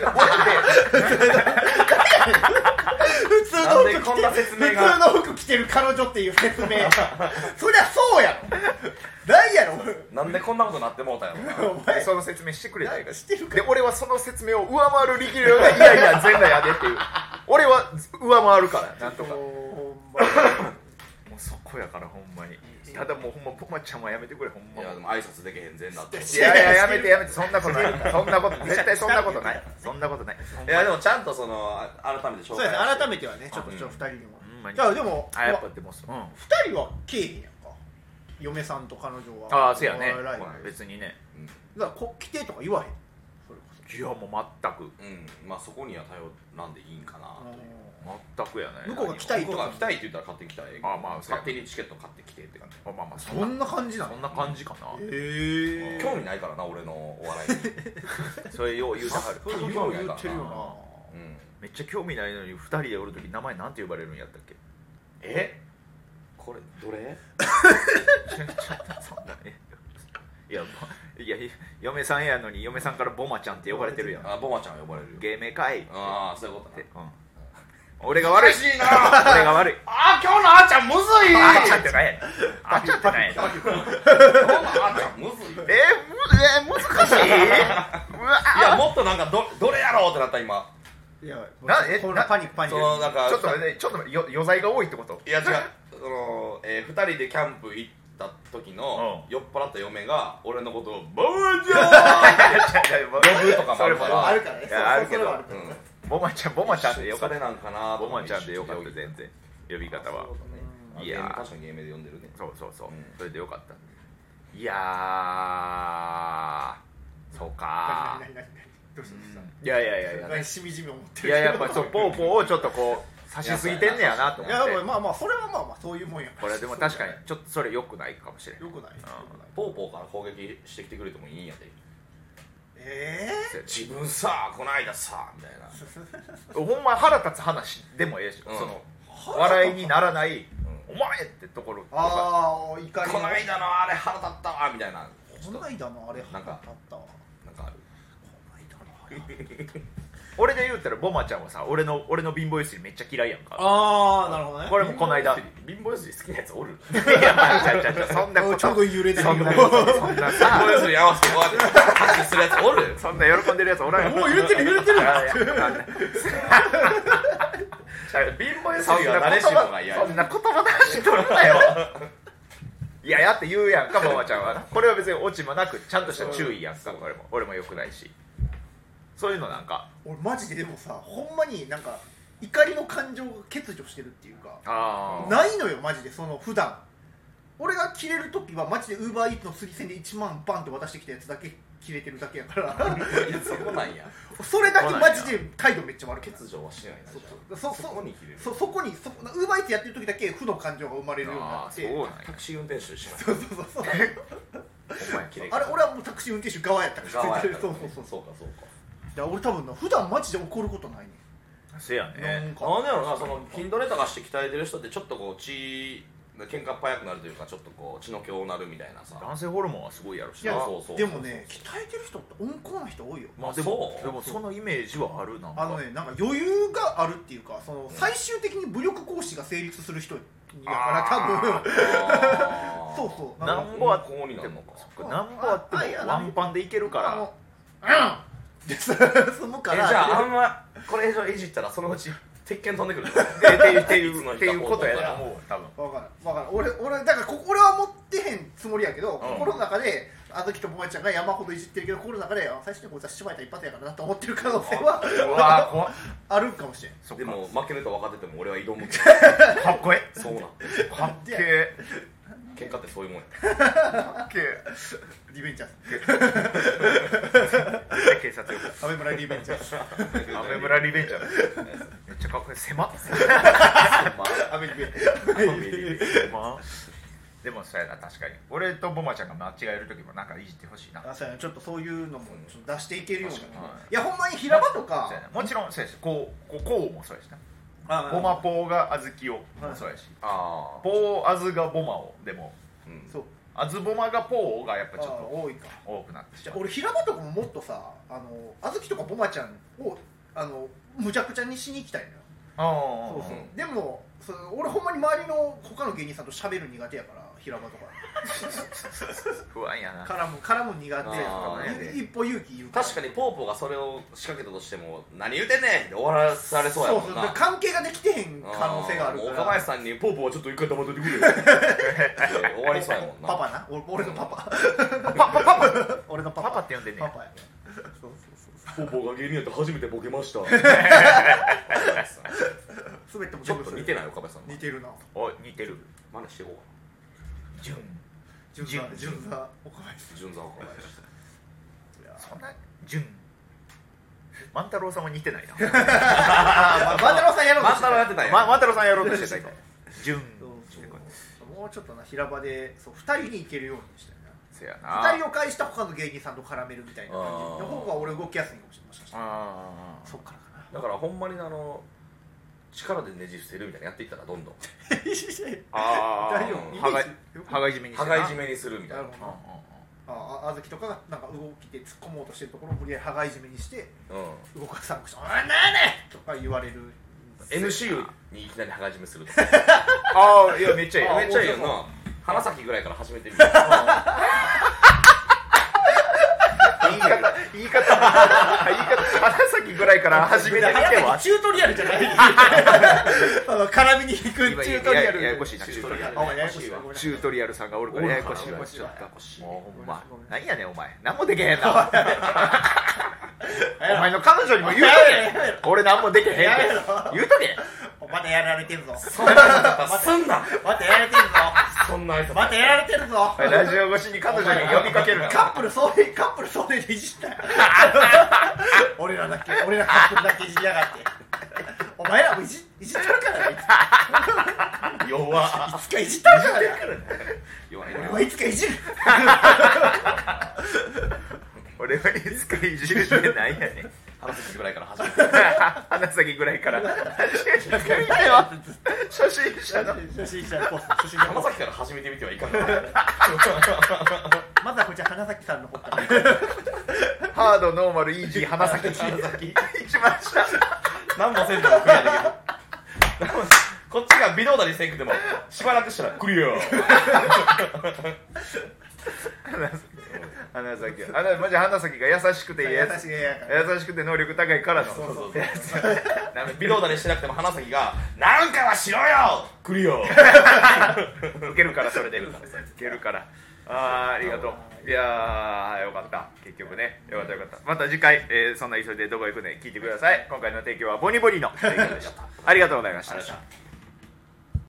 Speaker 3: 普通
Speaker 2: なん
Speaker 3: の
Speaker 2: で
Speaker 3: 服
Speaker 2: こん
Speaker 3: 着て
Speaker 2: な
Speaker 3: る
Speaker 2: 説
Speaker 3: 普
Speaker 2: 明
Speaker 3: 通
Speaker 2: が
Speaker 3: の服着てる彼女っていう説明そりゃそうやろないやろ
Speaker 2: なんでこんなことなってもうたんやろな
Speaker 3: お前
Speaker 1: その説明してくれない
Speaker 3: なん
Speaker 1: か
Speaker 3: かしてるか
Speaker 1: で俺はその説明を上回る力量がいやいや全裸やでっていう俺は上回るからなんとかもう
Speaker 3: ほんまや
Speaker 1: そこやからほんまにただもうほんまポマちゃんはやめてくれほんま
Speaker 2: いやでも挨拶できへんぜんなって
Speaker 1: いやいややめてやめてそんなことないそんなこと絶対そんなことないそんなことない
Speaker 2: いやでもちゃんとそのあ改めて紹
Speaker 3: そう
Speaker 2: 介し
Speaker 3: や
Speaker 2: て
Speaker 3: ね改めてはねちょっと
Speaker 2: うん
Speaker 3: ちょっと2人にも
Speaker 1: ほんまに
Speaker 3: いやでも
Speaker 1: あやっぱでもそううん
Speaker 3: 2人は経理やんか嫁さんと彼女は
Speaker 1: ああそうやね
Speaker 3: お笑い
Speaker 2: まあ
Speaker 1: 別にね
Speaker 3: だからこ来てとか言わへんそれこそ
Speaker 1: いやもう全く
Speaker 2: うんまあそこには頼らんでいいんかな
Speaker 1: 全くやね
Speaker 3: 向こうが来たい
Speaker 2: 向ことうが
Speaker 3: か
Speaker 2: 来たいって言ったら買ってきたらええけど
Speaker 1: あまあそうや
Speaker 2: 勝手にチケット買ってきてって感じ
Speaker 1: あまあまあそ
Speaker 3: そん
Speaker 1: んな
Speaker 3: な感じな
Speaker 1: そ
Speaker 3: の
Speaker 1: んな感じかな
Speaker 3: へえ
Speaker 2: 興味ないからな俺のお笑い に
Speaker 1: それよう言うてはる
Speaker 2: 興味な
Speaker 3: よう
Speaker 2: いから
Speaker 3: 言
Speaker 2: な
Speaker 3: ってるよな
Speaker 2: うん
Speaker 1: めっちゃ興味ないのに2人でおる時名前なんて呼ばれるんやったっけ
Speaker 2: えこれどれ
Speaker 1: ちょちょそんなねいやぼいやい嫁さんやのに嫁さんからボマちゃんって呼ばれてるやん
Speaker 2: あボマちゃんは呼ばれるよ
Speaker 1: 芸名かいって
Speaker 2: ああそういうことね
Speaker 1: うん俺が悪い
Speaker 2: しいな
Speaker 1: 俺が悪い
Speaker 2: あ今日のあーちゃんむずい
Speaker 1: あーちゃんってないやんあーちゃんってないやん
Speaker 2: 今日のあーちゃんむずい
Speaker 1: えー、むえー難し いうわ
Speaker 2: いやもっとなんかどどれやろうってなった今
Speaker 3: いや
Speaker 1: なえ
Speaker 3: ほら
Speaker 1: な
Speaker 3: パニックパニ
Speaker 2: その
Speaker 3: ッ
Speaker 2: なんか
Speaker 1: ちょっと待ってちょっと待ってよ余罪が多いってこと
Speaker 2: いや違うその、えー、2人でキャンプ行った時の、
Speaker 1: う
Speaker 2: 酔っ払った嫁が俺のことを「ボージョー!
Speaker 1: 呼
Speaker 2: ぶとかもあるから
Speaker 3: クあるからね
Speaker 1: い
Speaker 3: そう
Speaker 1: やあるけ
Speaker 3: それ
Speaker 1: ど
Speaker 3: はある」から
Speaker 2: うん
Speaker 1: ボマちゃんボマちゃんでよかっ
Speaker 2: それなんかな
Speaker 1: たボマちゃんでよかった
Speaker 2: で
Speaker 1: 全然呼び方は
Speaker 2: ね
Speaker 1: い
Speaker 2: い
Speaker 1: や
Speaker 2: や
Speaker 1: ー
Speaker 2: 確かにゲームで呼んでるね
Speaker 1: そうそうそう、
Speaker 2: うん
Speaker 1: それでよかったいやーそうか
Speaker 3: 何何何何どうしたどうした
Speaker 1: いやいやいやいや
Speaker 3: なんかしみじみ思って
Speaker 1: い
Speaker 3: る
Speaker 1: ややっぱそうポーポーをちょっとこう差しすぎてんねやなと
Speaker 3: い
Speaker 1: 思
Speaker 3: やで
Speaker 1: っ
Speaker 3: も
Speaker 1: て
Speaker 3: まあまあそれはまあまあそういうもんや
Speaker 1: これでも確かにちょっとそれ良くないかもしれない
Speaker 3: よくないよくない
Speaker 2: ポーポーから攻撃してきてくれてもいいんやで
Speaker 3: え
Speaker 2: 自分さこの間さみたいな
Speaker 1: ほんま腹立つ話でもええし、
Speaker 2: うん
Speaker 1: その笑いにならない、お前ってところと
Speaker 3: ー
Speaker 1: か
Speaker 3: ああ怒り
Speaker 2: この間のあれ腹立ったわみたいな
Speaker 3: この間のあれ
Speaker 2: なんか
Speaker 3: あったわこ
Speaker 2: なんかある
Speaker 3: の間のあれ
Speaker 1: 俺で言うたらボマちゃんはさ俺の俺の貧乏ゆすりめっちゃ嫌いやんか
Speaker 3: ああなるほどね
Speaker 1: これもこの間い
Speaker 2: 貧乏ゆすり好きなやつおる
Speaker 1: やまあちゃうちゃうちゃうそんなこと
Speaker 3: ちょうど揺れてる
Speaker 1: そんなことそんな
Speaker 2: 貧乏ゆ
Speaker 1: さ
Speaker 2: すり合わせてこうやって拍手するやつおる
Speaker 1: そんな喜んでるやつおらん
Speaker 3: もう揺れてる揺れてる
Speaker 1: いやいやなんだ
Speaker 2: 貧乏ゆす
Speaker 1: そん
Speaker 2: り
Speaker 1: な
Speaker 2: は誰
Speaker 1: 言
Speaker 2: しもが嫌
Speaker 1: 葉そんな言葉出しとるなよいややって言うやんかママちゃんはこれは別に落ちもなくちゃんとした注意やんかこれも俺もよくないしそういうのなんか
Speaker 3: 俺マジででもさほんまになんか怒りの感情が欠如してるっていうか
Speaker 1: ああ
Speaker 3: ないのよマジでその普段俺が切れる時はマジでウーバーイーツのすり線で1万バンって渡してきたやつだけ切れてるだけやから
Speaker 2: いやそこなんや
Speaker 3: それだけマジで態度めっちゃ悪けど
Speaker 2: 欠如はしてないな
Speaker 3: そ
Speaker 2: じゃあ
Speaker 3: うそう
Speaker 2: そこに切れる
Speaker 3: そそこにそウーバーイーツやってる時だけ負の感情が生まれるようにな
Speaker 1: あ
Speaker 3: っ
Speaker 1: ー
Speaker 3: て
Speaker 1: そうなんや
Speaker 2: タクシー運転手としてない
Speaker 3: そうそうそう そう
Speaker 1: お前
Speaker 2: 切れ
Speaker 3: あれ俺はもうタクシー運転手側やったから
Speaker 2: 側やからね
Speaker 3: そうそうそう
Speaker 2: そうかそうか
Speaker 3: いや俺多分な普段マジで怒ることないね
Speaker 1: せや
Speaker 3: な
Speaker 1: ね
Speaker 3: んか
Speaker 2: なんでやろなその筋トレとかして鍛えてる人ってちょっとこう血喧嘩っ早くなるというかちょっとこう血の強なるみたいなさ
Speaker 1: 男性ホルモンはすごいやろし
Speaker 3: いや
Speaker 1: な
Speaker 2: そうそう
Speaker 3: でもね鍛えてる人って温厚な人多いよ
Speaker 1: まあでも
Speaker 2: そ
Speaker 1: で
Speaker 2: う
Speaker 1: もそのイメージはあるなんか
Speaker 3: あのねなんか余裕があるっていうかその最終的に武力行使が成立する人やから多分
Speaker 2: あー
Speaker 3: そうそう
Speaker 1: な
Speaker 3: なんん
Speaker 2: か
Speaker 1: 何ぼあって
Speaker 2: こうになるの
Speaker 1: も
Speaker 2: か
Speaker 1: そっかなんぼあって
Speaker 3: あいや
Speaker 1: もワンパンでいけるから
Speaker 3: ら うんで進むか
Speaker 2: えじ
Speaker 3: ら
Speaker 2: ゃああんまこれ以上いじったらそのうち鉄拳飛んでくる
Speaker 1: でっていうっていうっていうことやと思う多分
Speaker 3: 分からん分からん俺俺だからこ俺は持ってへんつもりやけど、
Speaker 1: ん
Speaker 3: 心の中であずきともまちゃんが山ほどいじってるけど心の中であ最初にこいつは芝居た一発やからなと思ってる可能性は
Speaker 1: うわー怖っ
Speaker 3: あるんかもしれん
Speaker 1: そっ
Speaker 2: で
Speaker 1: か
Speaker 2: も負けると分かってても俺は挑 む
Speaker 1: かっこえ
Speaker 2: そうなん
Speaker 1: えかっけえ
Speaker 2: 喧嘩ってそういうもんや
Speaker 1: かっけえ
Speaker 3: リベンジャーズ
Speaker 1: 絶対警察よこ
Speaker 3: 阿部村リベンジャーズ
Speaker 1: アメ村リベンジャーだめっちゃかっこいい狭っ
Speaker 3: 阿部リベンジ
Speaker 1: 狭っでもそうやな確かに俺とボマちゃんが間違える時もなんかいじってほしいな
Speaker 3: ャーそうやなちょっとそういうのもちょっと出していけるように
Speaker 1: 確かにはい
Speaker 3: いやほんまに平場とか
Speaker 1: そうやなもちろんそうやしこうこうこうもそうやしな
Speaker 3: あ
Speaker 1: ボマポーが小豆をもそうやし
Speaker 2: ああ
Speaker 1: ポーアズがボマをでも
Speaker 2: うん
Speaker 3: そう
Speaker 1: アズボマがポーがやっぱ
Speaker 3: あ
Speaker 1: ちょっ
Speaker 3: ー
Speaker 1: と
Speaker 3: 多いか
Speaker 1: 多くなってし
Speaker 3: じゃ
Speaker 1: ま
Speaker 3: あ俺平場とかももっとさあのあずきとかぼまちゃんをあのむちゃくちゃにしに行きたいのよ
Speaker 1: ううん
Speaker 3: そうそううん
Speaker 1: うん
Speaker 3: でもその俺ほんまに周りの他の芸人さんと喋る苦手やから平場とか
Speaker 1: 不安やな
Speaker 3: 絡む絡む苦
Speaker 2: あ
Speaker 1: ー
Speaker 3: 手ゆ一歩勇気いる
Speaker 2: 確かにポーポーがそれを仕掛けたとしても何言うてんねんって終わらされそうやもん
Speaker 3: だから
Speaker 2: な
Speaker 3: 関係ができてへん可能性があるか
Speaker 2: もう
Speaker 3: ら
Speaker 2: 岡林さんに「ポーポーはちょっと一回黙っといてくれよ」 終わりそうやもんな
Speaker 3: パパなお俺のパパ
Speaker 1: パパパパ
Speaker 3: 俺のパパ
Speaker 1: パパって呼んでんね
Speaker 3: パ
Speaker 1: や
Speaker 3: パやねそうそう
Speaker 2: ポーポーが芸人やって初めてボケました岡林さん
Speaker 3: そう全ても
Speaker 2: ちょっと似て
Speaker 3: る
Speaker 2: ない岡林さん
Speaker 3: 似てるな
Speaker 1: お似てる
Speaker 2: 真似していこうかな
Speaker 1: ジュン
Speaker 3: 純
Speaker 1: 純
Speaker 3: 座純座岡林
Speaker 2: 純三岡林
Speaker 3: いや
Speaker 1: そんなジュン万太郎さんは似てない な
Speaker 3: あ万太郎さんやろうと
Speaker 2: 万
Speaker 3: してた
Speaker 2: 太郎やってたんや
Speaker 1: ま、万太郎さんやろうとしてた今ジュン
Speaker 3: そうそうもうちょっとな平場でそう2人に行けるようにしたいな
Speaker 1: せやな
Speaker 3: 2人を介した他の芸人さんと絡めるみたいな感じの方が俺動きやすいかもしれないもしかしたら
Speaker 1: あー
Speaker 3: そっからかな
Speaker 2: だからほんまにあの力でねじ伏せるみたいなのやっていったらどんどん
Speaker 1: あー
Speaker 3: 大丈夫
Speaker 1: はがい
Speaker 3: イメージ
Speaker 1: はがいじめにして
Speaker 2: 羽
Speaker 1: な
Speaker 2: がいじめにするみたい
Speaker 3: な
Speaker 2: な
Speaker 3: る
Speaker 2: う
Speaker 1: う
Speaker 3: ほ
Speaker 1: ん
Speaker 3: ど
Speaker 1: うん
Speaker 3: な
Speaker 1: うん
Speaker 3: あああずきとかがなんか動きで突っ込もうとしてるところを無理やり羽がいじめにして
Speaker 2: ん
Speaker 3: 動かさなくして「おいなんやねん!」とか言われる
Speaker 2: NCU にいきなり羽がいじめする
Speaker 1: ああいやめっちゃいい
Speaker 2: めっちゃいいよな花咲ぐらいから始めてみる
Speaker 1: 言い方言い方言い方花咲ぐらいから始めてみては
Speaker 3: チュートリアルじゃないあの絡みに行くチュートリアル
Speaker 1: いやややこしいな
Speaker 2: チ
Speaker 1: チ
Speaker 2: ュ
Speaker 1: ュ
Speaker 2: ー
Speaker 1: ー
Speaker 2: ト
Speaker 1: ト
Speaker 2: リ
Speaker 1: リア
Speaker 2: ア
Speaker 1: ルチュートリアル
Speaker 2: ル
Speaker 3: あお前ややこしいわごめんなさい
Speaker 1: さんがおるからややこしい
Speaker 2: やや
Speaker 1: わ
Speaker 2: こ
Speaker 1: ち
Speaker 2: しい
Speaker 1: ょ
Speaker 2: わ
Speaker 1: っ
Speaker 2: ややこしい
Speaker 1: ともうほんま何やねんお前何もできへんなお前の彼女にも言うとけ俺何もできへんって言うとけ
Speaker 3: またやられてるぞ
Speaker 2: そんなことすんな
Speaker 3: またやられてるぞ
Speaker 2: そんな挨拶
Speaker 3: またやられてるぞ
Speaker 1: ラジオ越しに彼女に呼びかけるな
Speaker 3: カップル総連カップル総連でいじった よ俺らだけ俺らカップルだけいじりやがってお前らもいじいじってるからない
Speaker 2: 弱
Speaker 3: つかいじってるからな
Speaker 2: 弱い
Speaker 3: 俺
Speaker 2: な
Speaker 3: はいつかいじる
Speaker 1: 俺はいつかいじるってなんやねん
Speaker 2: 花咲ぐらいから始めてみる
Speaker 1: 花咲ぐらいから見てよ初心者の
Speaker 3: 初心者のポスト初心者の
Speaker 2: 花
Speaker 3: ポス
Speaker 2: 咲から始めてみてはいかがな
Speaker 3: トまずはこちら花咲さんの方から
Speaker 1: ハードノーマルイージー花咲
Speaker 2: 花咲
Speaker 1: 一番下
Speaker 2: 何もせんでもクリアできる何もこっちが微動だにせんくてもしばらくしたらクリア
Speaker 1: 花咲あのマジ花咲が優しくていいやつ
Speaker 3: 私がやから
Speaker 1: 優しくて能力高いからの
Speaker 2: そうそうそうなんか微動だにしてなくても花咲が「なんかはしろよクリオ」
Speaker 1: 受けるからそれで 受けるからあーありがとういやーよかった結局ねよかったよかったまた次回、え ーそんな急いでどこ行くね聞いてください今回の提供はボニボニの提供でしたありがとうございました